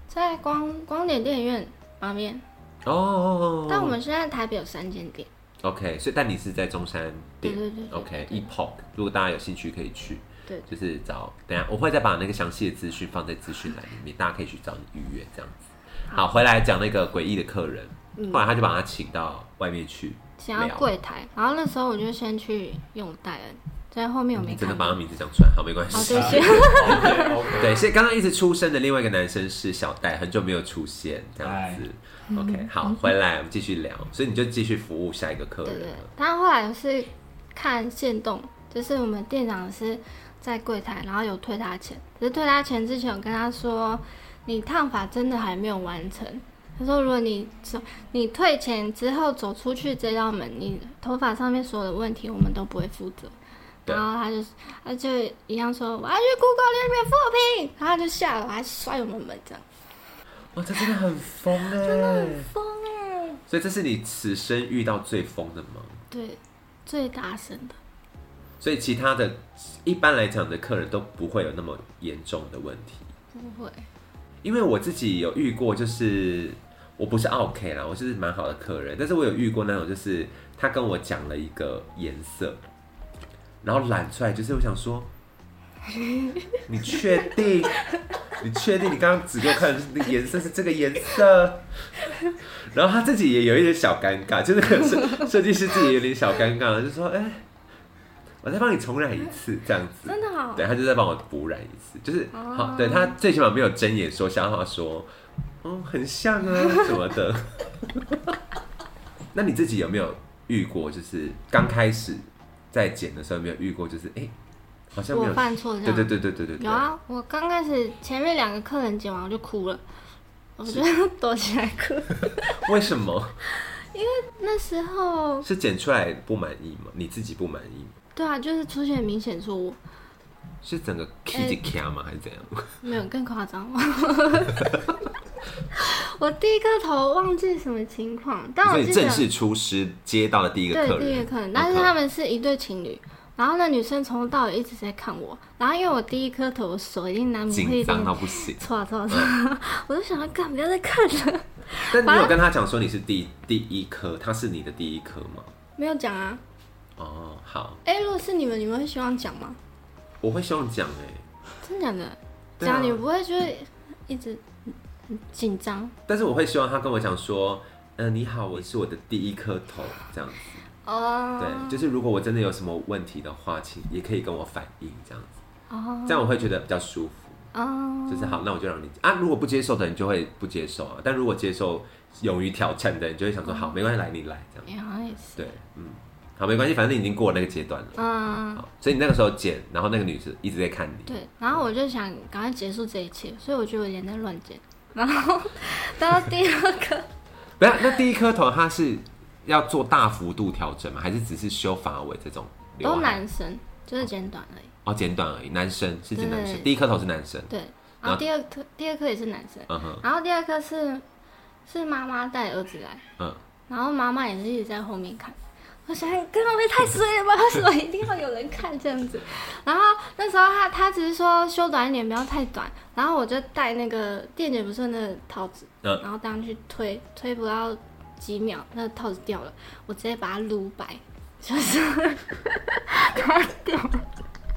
Speaker 2: 在光光点电影院旁边。
Speaker 1: 哦哦，哦
Speaker 2: 但我们现在台北有三间店，
Speaker 1: OK，所以但你是在中山店
Speaker 2: 对对对对
Speaker 1: o k e p o c 如果大家有兴趣可以去，
Speaker 2: 对
Speaker 1: 就是找等一下我会再把那个详细的资讯放在资讯栏里面，大家可以去找你预约这样子。好，回来讲那个诡异的客人，后来他就把他请到外面去
Speaker 2: 嗯想要
Speaker 1: 聊
Speaker 2: 柜台。然后那时候我就先去用戴恩，在后面我没
Speaker 1: 你真的
Speaker 2: 看
Speaker 1: 把
Speaker 2: 到。
Speaker 1: 他名字讲出来，好，没关
Speaker 2: 哦，
Speaker 1: 系。
Speaker 2: 对不
Speaker 3: 啊
Speaker 2: 起，
Speaker 3: OK OK，
Speaker 1: 对，所以刚刚一直出生的另外一个男生是小戴，很久没有出现这样子。OK，好，
Speaker 2: 嗯
Speaker 1: 回来我们继续聊，所以你就继续服务下一个客
Speaker 2: 对
Speaker 1: 人
Speaker 2: 对
Speaker 1: 了。。
Speaker 2: 但后来是看线动，就是我们店长是在柜台，然后有退他钱。只是退他钱之前，我跟他说，你烫发真的还没有完成。他说，如果你走，你退钱之后走出去这道门，你头发上面所有的问题，我们都不会负责。
Speaker 1: 对
Speaker 2: 然后他就他就一样说，我要去 Google 里面复评，然后他就下楼还摔我们门这样，
Speaker 1: 哇，这真的很疯哎、
Speaker 2: 疯
Speaker 1: 欸
Speaker 2: 哎、
Speaker 1: 所以这是你此生遇到最疯的吗？
Speaker 2: 对，最大声的。
Speaker 1: 所以其他的，一般来讲的客人都不会有那么严重的问题。
Speaker 2: 不会，
Speaker 1: 因为我自己有遇过，就是我不是 OK 啦，我就是蛮好的客人，但是我有遇过那种，就是他跟我讲了一个颜色，然后懒出来，就是我想说， 你确定？你确定你刚刚指给我看的是那个颜色是这个颜色？然后他自己也有一点小尴尬，就是可能设设计师自己也有点小尴尬，就说：“哎、我再帮你重染一次，这样子。”
Speaker 2: 真的哦好。
Speaker 1: 对，他就在帮我补染一次，就是
Speaker 2: 哦
Speaker 1: 好，对他最起码没有睁眼说瞎话说，嗯，很像啊 什么的。 那你自己有没有遇过，就是刚开始在剪的时候有没有遇过，就是哎、好像没
Speaker 2: 我
Speaker 1: 有，
Speaker 2: 犯错这样。
Speaker 1: 对对对对对对对
Speaker 2: 有，啊，我刚开始前面两个客人剪完我就哭了，我就 躲起来哭。
Speaker 1: 为什么
Speaker 2: 那时候，
Speaker 1: 是剪出来不满意吗？你自己不满意吗？
Speaker 2: 对啊，就是出现明显错误，
Speaker 1: 是整个 kitty c a 吗？还是怎样？
Speaker 2: 没有更夸张。 我第一个头忘记什么情况，但
Speaker 1: 所
Speaker 2: 我
Speaker 1: 以
Speaker 2: 记
Speaker 1: 你
Speaker 2: 得
Speaker 1: 正式出师接到的第一个客
Speaker 2: 对
Speaker 1: 人，哦
Speaker 2: 第一个客人，但是他们是一对情侣。然后那女生从头到尾一直在看我，然后因为我第一颗头，我手一定难
Speaker 1: OK，
Speaker 2: 免会
Speaker 1: 紧
Speaker 2: 有点
Speaker 1: 张到不行。
Speaker 2: 错啊错错，我就想要干，不要再看了，
Speaker 1: 但你
Speaker 2: 反
Speaker 1: 有
Speaker 2: 正
Speaker 1: 跟他讲说你是第第一颗，他是你的第一颗吗？
Speaker 2: 没有讲啊。
Speaker 1: 哦，好，
Speaker 2: 哎，如果是你们，你们会希望讲吗？
Speaker 1: 我会希望讲哎，
Speaker 2: 真的假的？这
Speaker 1: 对啊
Speaker 2: 样你不会就是一直很紧张
Speaker 1: 但是我会希望他跟我讲说，嗯、你好，我是我的第一颗头，这样子。
Speaker 2: 哦
Speaker 1: 对，就是如果我真的有什么问题的话，请也可以跟我反映这样子，
Speaker 2: 哦
Speaker 1: 这样我会觉得比较舒服。
Speaker 2: 哦，
Speaker 1: 就是好，那我就让你啊，如果不接受的人就会不接受啊，但如果接受勇于挑战的人就会想说，好，没关系，来你来这样。
Speaker 2: 也好像也是，
Speaker 1: 对，嗯，好，没关系，反正你已经过了那个阶段了。
Speaker 2: 嗯，
Speaker 1: 好，所以你那个时候剪，然后那个女生一直在看你。
Speaker 2: 对。然后我就想赶快结束这一切，所以我就有点在乱剪。然后 到第二个，
Speaker 1: 不要，那第一颗头它是要做大幅度调整吗？还是只是修发尾这种刘海？
Speaker 2: 都男生，就是剪短而已。
Speaker 1: 哦，剪短而已。男生是指男生，
Speaker 2: 对
Speaker 1: 第一颗头是男生。
Speaker 2: 对，
Speaker 1: 然
Speaker 2: 然
Speaker 1: 后
Speaker 2: 后第二颗第二颗也是男生，
Speaker 1: 嗯哼，
Speaker 2: 然后第二颗是是妈妈带儿子来，
Speaker 1: 嗯，
Speaker 2: 然后妈妈也是一直在后面看。我想，根本会太衰了吧？ 为什么一定要有人看这样子？然后那时候他他只是说修短一点，不要太短。然后我就带那个电解不顺的套子，
Speaker 1: 嗯
Speaker 2: 然后当去推，推不到几秒，那个套子掉了，我直接把它撸白，就是 它掉了，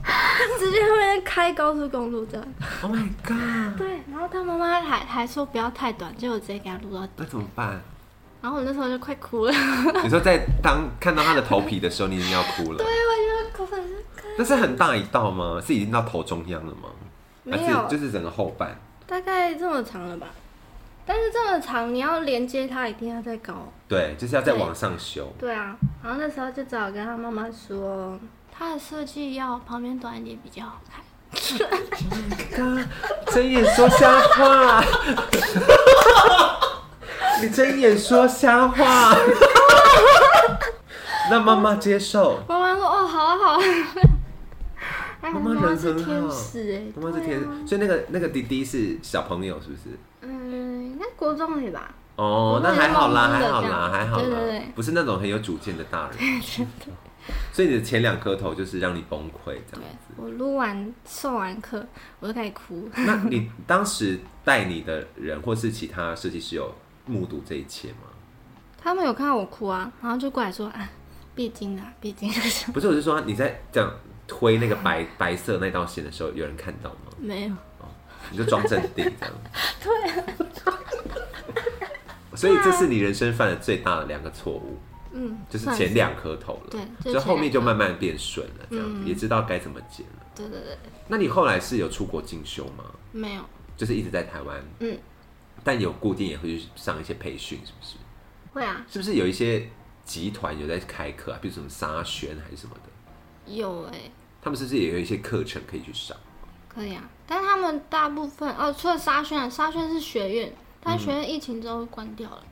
Speaker 2: 直接后面开高速公路这样。
Speaker 1: ，Oh my god，
Speaker 2: 对，然后他妈妈还还说不要太短，结果直接给他撸到底。
Speaker 1: 那怎么办？
Speaker 2: 然后我那时候就快哭了，
Speaker 1: 你说在当看到他的头皮的时候，你已经要哭了
Speaker 2: 对，。我就哭了。
Speaker 1: 那是很大一道吗？是已经到头中央了吗？还
Speaker 2: 没有
Speaker 1: 是，就是整个后半？
Speaker 2: 大概这么长了吧？但是这么长，你要连接它，一定要再高。
Speaker 1: 对，就是要再
Speaker 2: 对
Speaker 1: 往上修。
Speaker 2: 对啊，然后那时候就只好跟他妈妈说，他它的设计要旁边短一点比较好看。
Speaker 1: 睁眼说瞎话，你睁眼说瞎话， 那妈妈接受，
Speaker 2: 妈妈说：“哦，好 啊，好啊。哎”
Speaker 1: 妈妈
Speaker 2: 妈
Speaker 1: 人
Speaker 2: 是
Speaker 1: 很
Speaker 2: 天
Speaker 1: 好
Speaker 2: 使哎，
Speaker 1: 妈妈是
Speaker 2: 对
Speaker 1: 天
Speaker 2: 啊，
Speaker 1: 所以那个那个弟弟是小朋友是不是？
Speaker 2: 嗯，应该国中里吧？
Speaker 1: 哦
Speaker 2: 我，
Speaker 1: 那
Speaker 2: 们
Speaker 1: 还好啦，
Speaker 2: 是
Speaker 1: 还
Speaker 2: 懵懵的
Speaker 1: 好
Speaker 2: 这
Speaker 1: 啦，
Speaker 2: 样
Speaker 1: 还好啦，
Speaker 2: 对对对
Speaker 1: 不是那种很有主见的大人。所以你的前两颗头就是让你崩溃这
Speaker 2: 对
Speaker 1: 样子。，
Speaker 2: 我录完授完课，我就开始哭。
Speaker 1: 那你当时带你的人或是其他设计师有目睹这一切吗？
Speaker 2: 他们有看到我哭啊，然后就过来说：“啊，必经啊，必 经。
Speaker 1: 不是，我是说你在这样推那个白 白色那道线的时候，有人看到吗”？
Speaker 2: 没有，
Speaker 1: 你就装镇定这样。对。所以这是你人生犯的最大的两个错误，
Speaker 2: 嗯，
Speaker 1: 就是
Speaker 2: 算
Speaker 1: 前两颗头了。
Speaker 2: 对就
Speaker 1: 所以后面
Speaker 2: 前两颗嗯
Speaker 1: 就慢慢变顺了，这样子、也知道该怎么剪了。
Speaker 2: 对对对，
Speaker 1: 那你后来是有出国进修吗？
Speaker 2: 没有。
Speaker 1: 就是一直在台湾，
Speaker 2: 嗯，
Speaker 1: 但有固定也会去上一些培训，是不是？
Speaker 2: 会啊，
Speaker 1: 是不是有一些集团有在开课啊？比如什么沙宣还是什么的，
Speaker 2: 有哎、
Speaker 1: 他们是不是也有一些课程可以去上？
Speaker 2: 可以啊。但他们大部分哦，除了沙宣，沙宣是学院，但学院疫情之后关掉了。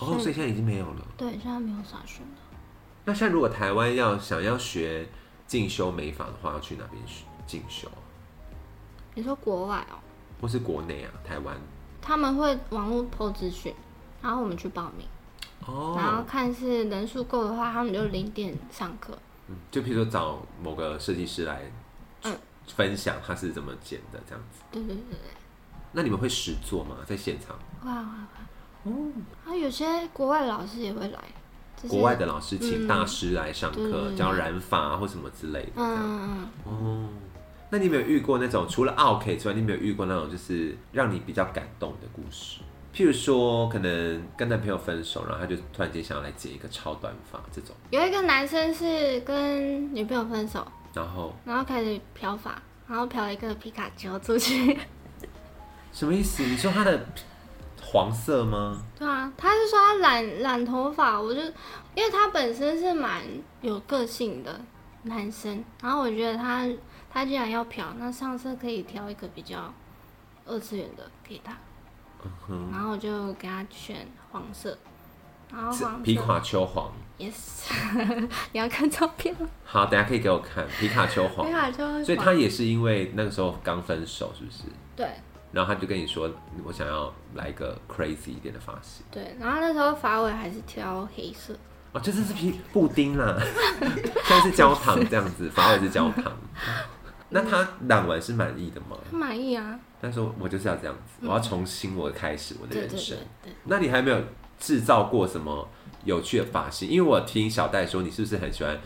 Speaker 1: 哦，所以现在已经没有了。
Speaker 2: 对，现在没有沙宣了。
Speaker 1: 那现在如果台湾要想要学进修美发的话，要去哪边学进修啊？
Speaker 2: 你说国外哦，
Speaker 1: 或是国内啊？台湾
Speaker 2: 他们会网络投资讯，然后我们去报名，然后
Speaker 1: 哦，
Speaker 2: 看是人数够的话，他们就零点上课。
Speaker 1: 嗯就譬如说找某个设计师来
Speaker 2: 嗯
Speaker 1: 分享他是怎么剪的这样子。
Speaker 2: 对对对对，
Speaker 1: 那你们会实做吗？在现场？
Speaker 2: 哇哇哇！哦，然后有些国外老师也会来，就是
Speaker 1: 国外的老师请
Speaker 2: 嗯
Speaker 1: 大师来上
Speaker 2: 对对
Speaker 1: 课，
Speaker 2: 对
Speaker 1: 教染发或什么之类的。这样
Speaker 2: 嗯，嗯
Speaker 1: 哦，那你有没有遇过那种除了 OK 之外，你有没有遇过那种就是让你比较感动的故事？譬如说，可能跟男朋友分手，然后他就突然间想要来剪一个超短发这种，
Speaker 2: 嗯有一个男生是跟女朋友分手，
Speaker 1: 然后
Speaker 2: 然后开始漂发，然后漂了一个皮卡丘出去。
Speaker 1: 什么意思？你说他的黄色吗？
Speaker 2: 对啊，他是说他染染头发，我就因为他本身是蛮有个性的男生，然后我觉得他他既然要漂，那上次可以挑一个比较二次元的给他，
Speaker 1: 嗯
Speaker 2: 然后我就给他选黄色，然后
Speaker 1: 是
Speaker 2: 黄
Speaker 1: 皮
Speaker 2: 色
Speaker 1: 卡丘黄。
Speaker 2: yes，你 要看照片吗？
Speaker 1: 好，等一下可以给我看皮卡丘黄
Speaker 2: 皮。卡丘会
Speaker 1: 哦所以
Speaker 2: 黄
Speaker 1: 他也是因为那个时候刚分手，是不是？
Speaker 2: 对
Speaker 1: 然后他就跟你说，我想要来一个 crazy 一点的发型。
Speaker 2: 对，然后那时候发尾还是挑黑色，
Speaker 1: 哦，这次是皮布丁啦， 现在是焦糖这样子， 法尾是焦糖。那他染完是满意的吗？
Speaker 2: 他满意啊，
Speaker 1: 他说我就是要这样子，我要重新我的开始我的
Speaker 2: 对
Speaker 1: 人
Speaker 2: 对对
Speaker 1: 生。
Speaker 2: 对，
Speaker 1: 那你还没有制造过什么有趣的发型？因为我听小戴说，你是不是很喜欢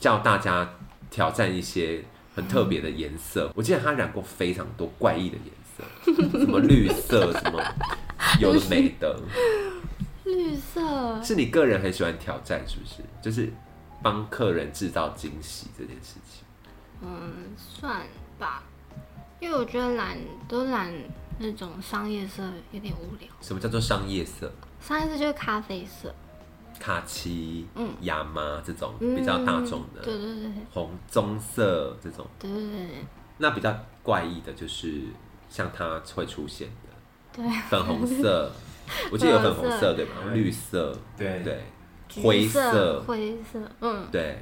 Speaker 1: 叫大家挑战一些很特别的颜色？我记得他染过非常多怪异的颜色，什么绿色，什么有的没的。
Speaker 2: 绿色
Speaker 1: 是你个人很喜欢挑战，是不是？就是帮客人制造惊喜这件事情。
Speaker 2: 嗯，算吧，因为我觉得染都染那种商业色有点无聊，
Speaker 1: 什么叫做商业色？
Speaker 2: 商业色就是咖啡色，
Speaker 1: 卡其、
Speaker 2: 嗯
Speaker 1: 亚麻这种
Speaker 2: 嗯
Speaker 1: 比较大众的，
Speaker 2: 对对对
Speaker 1: 红棕色这种，
Speaker 2: 对对对
Speaker 1: 那比较怪异的就是像它会出现的
Speaker 2: 对对，
Speaker 1: 粉红 色，我记得有粉红
Speaker 2: 粉红
Speaker 1: 色
Speaker 2: 色
Speaker 1: 对吧？
Speaker 3: 对
Speaker 1: 绿色，
Speaker 3: 对
Speaker 1: 对，
Speaker 2: 橘
Speaker 1: 灰
Speaker 2: 色、灰色，嗯，
Speaker 1: 对，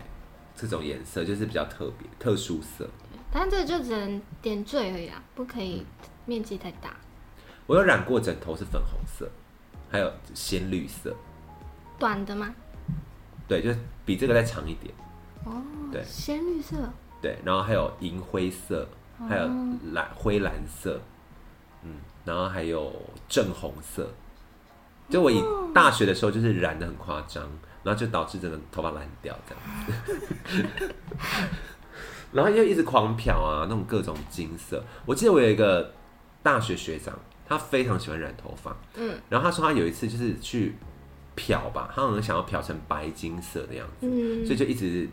Speaker 1: 这种颜色就是比较特别、特殊色。
Speaker 2: 但这就只能点缀而已啊，不可以面积太大，
Speaker 1: 我有染过枕头是粉红色，还有鲜绿色，
Speaker 2: 短的吗？
Speaker 1: 对，就是比这个再长一点。
Speaker 2: 哦，
Speaker 1: 对
Speaker 2: 鲜绿色，
Speaker 1: 对，然后还有银灰色，还有
Speaker 2: 哦
Speaker 1: 蓝灰蓝色，嗯，然后还有正红色。就我以
Speaker 2: 哦
Speaker 1: 大学的时候就是染的很夸张，然后就导致整个头发烂掉这样子。 然后又一直狂漂啊，那种各种金色。我记得我有一个大学学长，他非常喜欢染头发，
Speaker 2: 嗯
Speaker 1: 然后他说他有一次就是去漂吧，他好像想要漂成白金色的样子，
Speaker 2: 嗯
Speaker 1: 所以就一直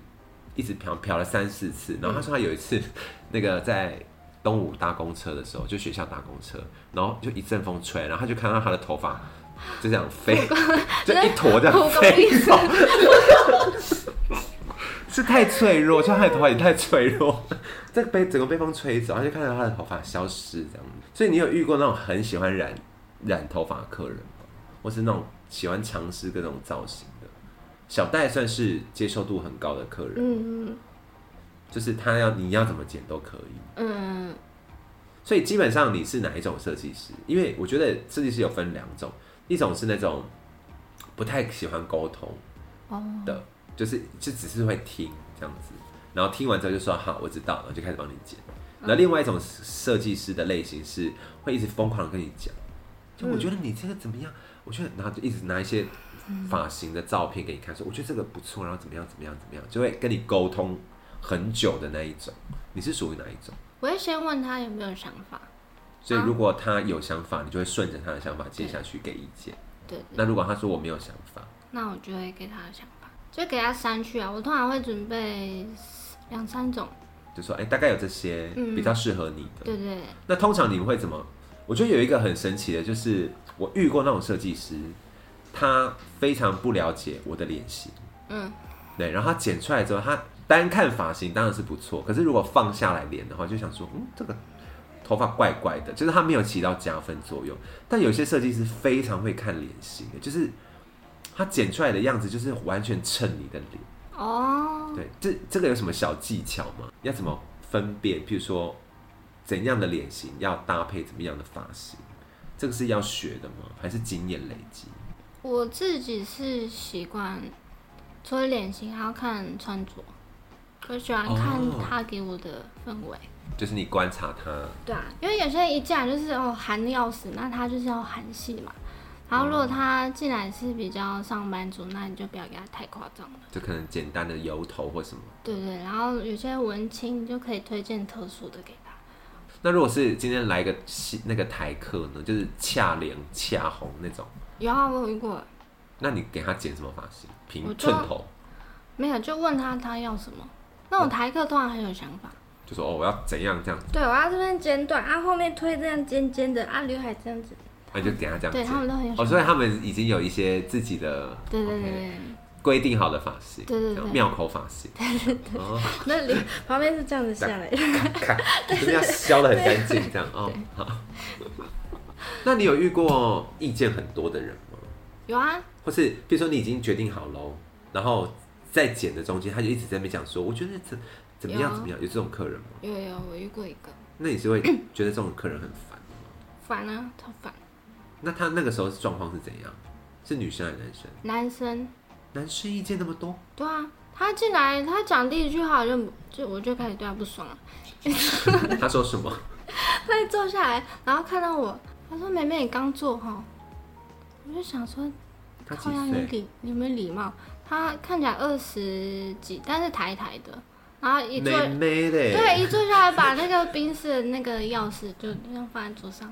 Speaker 1: 一直漂漂了三四次。然后他说他有一次、 那个在东武搭公车的时候，就学校搭公车，然后就一阵风吹，然后他就看到他的头发就 这样飞，就一坨这样
Speaker 2: 蒲公
Speaker 1: 飞
Speaker 2: 英
Speaker 1: 走。 是太脆弱，像他的头发也太脆弱， 这被整个被风吹走，他就看到他的头发消失这样子。所以你有遇过那种很喜欢染染头发的客人吗？或是那种喜欢尝试各种造型的？小戴算是接受度很高的客人，
Speaker 2: 嗯嗯
Speaker 1: 就是他要你要怎么剪都可以。
Speaker 2: 嗯，
Speaker 1: 所以基本上你是哪一种设计师？因为我觉得设计师有分两种，一种是那种不太喜欢沟通
Speaker 2: 哦，
Speaker 1: 的，就是就只是会听这样子，然后听完之后就说好我知道，然后就开始帮你剪。然后另外一种设计师的类型是会一直疯狂的跟你讲，就我觉得你这个怎么样？我觉得然后就一直拿一些发型的照片给你看，说我觉得这个不错，然后怎么样怎么样怎么样，就会跟你沟通很久的那一种。你是属于哪一种？
Speaker 2: 我会先问他有没有想法，
Speaker 1: 所以如果他有想法，你就会顺着他的想法接下去给意见。
Speaker 2: 对对，
Speaker 1: 那如果他说我没有想法，
Speaker 2: 那我就会给他想法，就给他删去啊。我通常会准备两三种，
Speaker 1: 就说哎、大概有这些
Speaker 2: 嗯
Speaker 1: 比较适合你的。
Speaker 2: 对对，
Speaker 1: 那通常你们会怎么？我觉得有一个很神奇的，就是我遇过那种设计师，他非常不了解我的脸型，
Speaker 2: 嗯，
Speaker 1: 对，然后他剪出来之后，他单看发型当然是不错，可是如果放下来脸的话，就想说，嗯，这个头发怪怪的，就是他没有起到加分作用。但有些设计师非常会看脸型的，就是他剪出来的样子就是完全衬你的脸。
Speaker 2: 哦，
Speaker 1: 对，这这个有什么小技巧吗？要怎么分辨？譬如说，怎样的脸型要搭配怎么样的发型，这个是要学的吗？还是经验累积？
Speaker 2: 我自己是习惯除了脸型还要看穿着，我喜欢看
Speaker 1: 哦
Speaker 2: 他给我的氛围。
Speaker 1: 就是你观察他，
Speaker 2: 对啊，因为有些人一进来就是哦韩的要死，那他就是要韩系嘛。然后如果他进来是比较上班族，那你就不要给他太夸张了，
Speaker 1: 就可能简单的油头或什么。
Speaker 2: 对不对？然后有些文青你就可以推荐特殊的给他。
Speaker 1: 那如果是今天来一个西那个台客呢，就是恰脸恰红那种，
Speaker 2: 有啊，我有遇过，
Speaker 1: 那你给他剪什么发型？
Speaker 2: 我
Speaker 1: 平
Speaker 2: 就
Speaker 1: 寸头，
Speaker 2: 没有就问他他要什么。那种台客通常很有想法，
Speaker 1: 就说哦，我要怎样这样，
Speaker 2: 对我要这边剪短，啊后面推这样尖尖的，啊刘海这样子，
Speaker 1: 那你就给他这样
Speaker 2: 对他
Speaker 1: 剪。
Speaker 2: 们都很有
Speaker 1: 哦，
Speaker 2: 想法。
Speaker 1: 所以他们已经有一些自己的
Speaker 2: 对对
Speaker 1: OK，
Speaker 2: 对
Speaker 1: 规定好的发型，
Speaker 2: 对对对
Speaker 1: 这样庙口发型，哦，
Speaker 2: 对，那里旁边是这样子下来的。
Speaker 1: 看， 就是要削的很干净 这样哦。好，那你有遇过意见很多的人吗？
Speaker 2: 有啊，
Speaker 1: 或是比如说你已经决定好喽，然后在剪的中间他就一直在那边讲说，我觉得怎怎么样
Speaker 2: 有
Speaker 1: 怎么样，有这种客人吗？
Speaker 2: 有有，我遇过一个，
Speaker 1: 那你是会觉得这种客人很 烦吗？
Speaker 2: 烦啊，超烦。
Speaker 1: 那他那个时候是状况是怎样？是女生还是男生？
Speaker 2: 男生，
Speaker 1: 男生意见那么 多，
Speaker 2: 对啊，他进来，他讲第一句话我就就我就开始对他不爽了。
Speaker 1: 他说什么？
Speaker 2: 他一坐下来，然后看到我，他说：“妹妹，你刚坐哈。”我就想说，
Speaker 1: 他几
Speaker 2: 靠呀，你
Speaker 1: 岁？
Speaker 2: 礼你有没有礼貌？他看起来二十几，但是抬抬的，然后一坐，
Speaker 1: 妹妹嘞。
Speaker 2: 对，一坐下来把那个冰室的那个钥匙就这样放在桌上。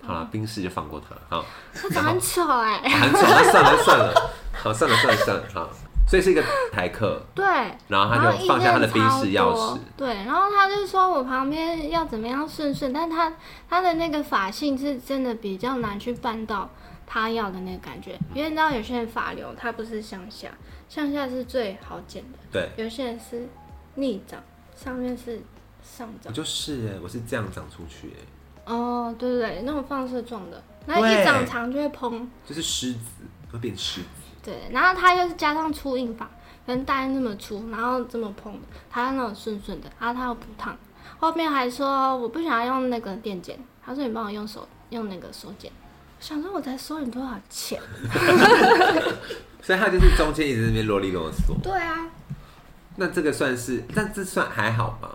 Speaker 1: 好了，冰室就放过他。好，
Speaker 2: 他长得很丑哎、
Speaker 1: 很丑，那算了算了，好算了算了算了，好，所以是一个台客，
Speaker 2: 对。
Speaker 1: 然后
Speaker 2: 然
Speaker 1: 他
Speaker 2: 后
Speaker 1: 就
Speaker 2: 啊意
Speaker 1: 放下他的
Speaker 2: 见
Speaker 1: 宾
Speaker 2: 超
Speaker 1: 士钥匙
Speaker 2: 多，，对，然后他就说我旁边要怎么样顺顺，但他他的那个发性是真的比较难去办到他要的那个感觉，因为你知道有些人发流他不是向下，向下是最好剪的，
Speaker 1: 对，
Speaker 2: 有些人是逆长，上面是上
Speaker 1: 我
Speaker 2: 长，
Speaker 1: 就是哎，我是这样长出去哎，
Speaker 2: 哦，对对对，那种放射状的，那
Speaker 1: 对
Speaker 2: 一长长就会蓬，
Speaker 1: 就是狮子会变狮子，
Speaker 2: 对，然后他又是加上粗硬法，跟大家那么粗，然后这么蓬的，他那种顺顺的，然后他又不烫。后面还说我不想要用那个电剪，他说你帮我用手用那个手剪。我想说我才收你多少钱？
Speaker 1: 所以他就是中间一直在那边啰里啰嗦。
Speaker 2: 对啊，
Speaker 1: 那这个算是，但这算还好吧，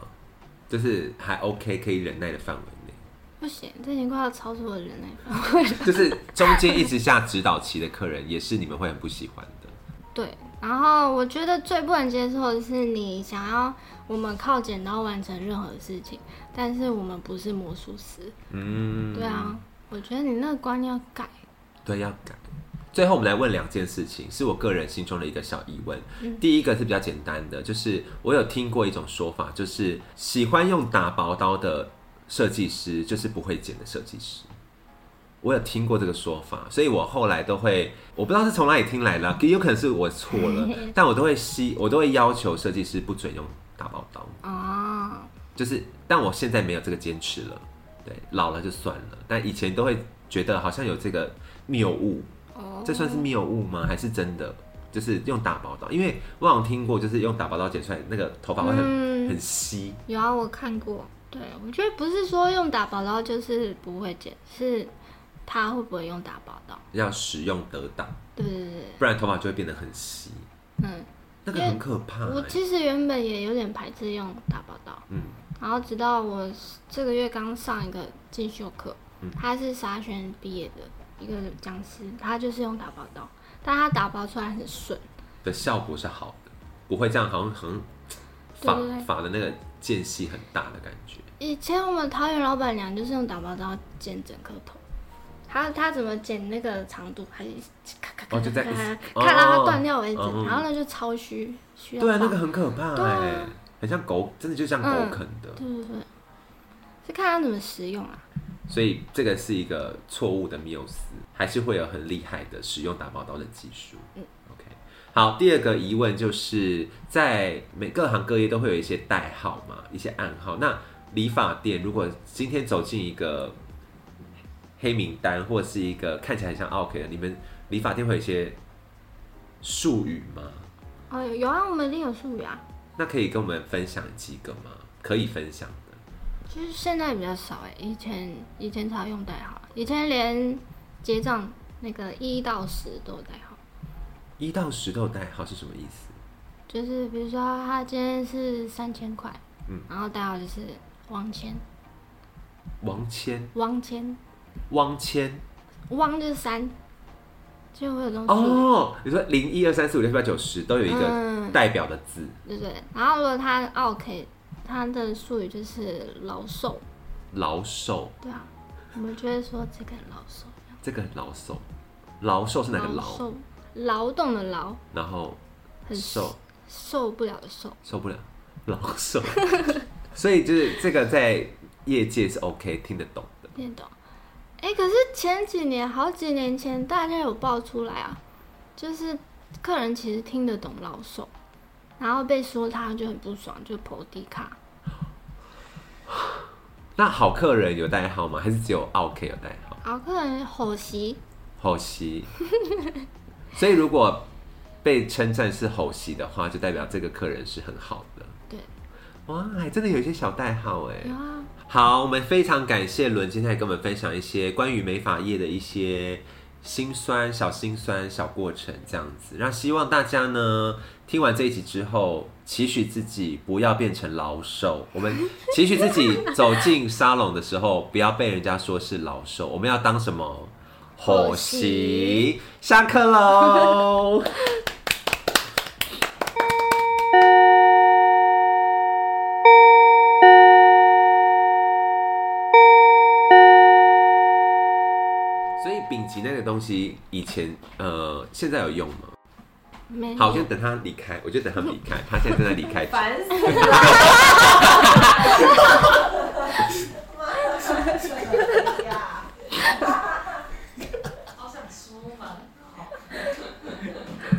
Speaker 1: 就是还 OK 可以忍耐的范围内，
Speaker 2: 不行，这已经快要超出我的人类范围。
Speaker 1: 就是中间一直下指导期的客人，也是你们会很不喜欢的。
Speaker 2: 对，然后我觉得最不能接受的是你想要我们靠剪刀完成任何事情，但是我们不是魔术师。
Speaker 1: 嗯，
Speaker 2: 对啊，我觉得你那个观念要改。
Speaker 1: 对，要改。最后，我们来问两件事情，是我个人心中的一个小疑问。第一个是比较简单的，就是我有听过一种说法，就是喜欢用打薄刀的设计师，就是不会剪的设计师。我有听过这个说法，所以我后来都会，我不知道是从哪里听来的啊，也有可能是我错了，但我都会希，我都会要求设计师不准用大包刀，
Speaker 2: 哦，
Speaker 1: 就是，但我现在没有这个坚持了，对，老了就算了，但以前都会觉得好像有这个谬误，
Speaker 2: 哦，
Speaker 1: 这算是谬误吗？还是真的？就是用打包刀，因为我好像听过，就是用打包刀剪出来那个头发会很、
Speaker 2: 嗯
Speaker 1: 很稀，
Speaker 2: 有啊，我看过。对，我觉得不是说用打宝刀就是不会剪，是他会不会用打宝刀？
Speaker 1: 要使用得当，
Speaker 2: 对对对对，
Speaker 1: 不然头发就会变得很稀，
Speaker 2: 嗯，
Speaker 1: 那个很可怕、
Speaker 2: 我
Speaker 1: 欸。
Speaker 2: 其实原本也有点排斥用打宝刀，
Speaker 1: 嗯，
Speaker 2: 然后直到我这个月刚上一个进修课
Speaker 1: 嗯，
Speaker 2: 他是沙宣毕业的一个讲师，他就是用打宝刀，但他打包出来很顺，
Speaker 1: 的效果是好的，不会这样好像好像
Speaker 2: 对对
Speaker 1: 发
Speaker 2: 对
Speaker 1: 发的那个间隙很大的感觉。
Speaker 2: 以前我们桃园老板娘就是用打包刀剪整颗头，她她怎么剪那个长度，还是咔咔咔
Speaker 1: 哦就在
Speaker 2: 咔咔
Speaker 1: 哦
Speaker 2: 咔看到它断掉为止，
Speaker 1: 嗯嗯
Speaker 2: 然后呢就超虚，需要
Speaker 1: 对啊，
Speaker 2: 放
Speaker 1: 那个很可怕
Speaker 2: 对
Speaker 1: 哎、
Speaker 2: 啊
Speaker 1: 很像狗，真的就像狗
Speaker 2: 嗯
Speaker 1: 啃的。
Speaker 2: 对对对，是看它怎么使用啊。
Speaker 1: 所以这个是一个错误的缪斯，还是会有很厉害的使用打包刀的技术。嗯，OK。好，第二个疑问就是在每各行各业都会有一些代号嘛，一些暗号。那理发店如果今天走进一个黑名单，或是一个看起来很像 OK 的，你们理发店会有一些术语吗？
Speaker 2: 哦，有有啊，我们一定有术语啊，
Speaker 1: 那可以跟我们分享几个吗？可以分享的。
Speaker 2: 就是现在比较少哎、以前以前才用代号，啊以前连结账那个一到十都有代号，
Speaker 1: 一到十都有代号是什么意思？
Speaker 2: 就是比如说他今天是三千块，
Speaker 1: 嗯，
Speaker 2: 然后代号就是王千，
Speaker 1: 王谦，
Speaker 2: 王千。
Speaker 1: 汪谦。
Speaker 2: 汪就是三，就会有东西，
Speaker 1: 哦，你说零一二三四五六七八九十都有一个
Speaker 2: 嗯，
Speaker 1: 代表的字，
Speaker 2: 对不对？然后如果他 OK，他的术语就是老手，
Speaker 1: 老手，
Speaker 2: 对啊，我们就会说这个人老手，
Speaker 1: 这个很老手，老手是哪个
Speaker 2: 老
Speaker 1: 老？
Speaker 2: 手，劳动的劳，
Speaker 1: 然后
Speaker 2: 很
Speaker 1: 受
Speaker 2: 受不了的受，
Speaker 1: 受不了，老手。 所以就是这个在业界是 OK 听得懂的，
Speaker 2: 听得懂？哎，可是前几年，好几年前，大家有爆出来啊，就是客人其实听得懂老手，然后被说他就很不爽，就投低卡。
Speaker 1: 那好客人有代号吗？还是只有 OK 有代号？
Speaker 2: 然后客人吼袭，
Speaker 1: 吼 席。所以如果被称赞是吼席的话，就代表这个客人是很好的。
Speaker 2: 对，
Speaker 1: 哇，还真的有一些小代号哎。
Speaker 2: 有啊，
Speaker 1: 好，我们非常感谢伦今天来跟我们分享一些关于美发业的一些辛酸、小辛酸、小过程这样子。那希望大家呢听完这一集之后，期许自己不要变成老手。我们期许自己走进沙龙的时候，不要被人家说是老手。我们要当什么？
Speaker 2: 火
Speaker 1: 火
Speaker 2: 席
Speaker 1: 席。下课喽。所以丙级那个东西，以前呃，现在有用吗？
Speaker 2: 没
Speaker 1: 好，我就等他离开，我就等他离开，他现在正在离开中。
Speaker 4: 烦死了！呀！ 好想出门，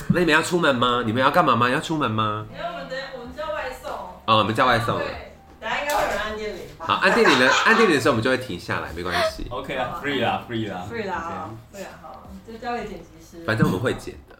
Speaker 1: 那你们要出门吗？你们要干嘛吗？要出门吗？
Speaker 4: 因为我们的我们叫外送，
Speaker 1: 哦，我们叫外送了。
Speaker 4: 对，等下应该会有人按电铃吧？
Speaker 1: 好，按电铃的按电铃的时候，我们就会停下来，没关系，
Speaker 3: OK 啊啦，free 啦，free 啦
Speaker 4: 啊对啦，对啦，好，就交给剪辑师。
Speaker 1: 反正我们会剪的。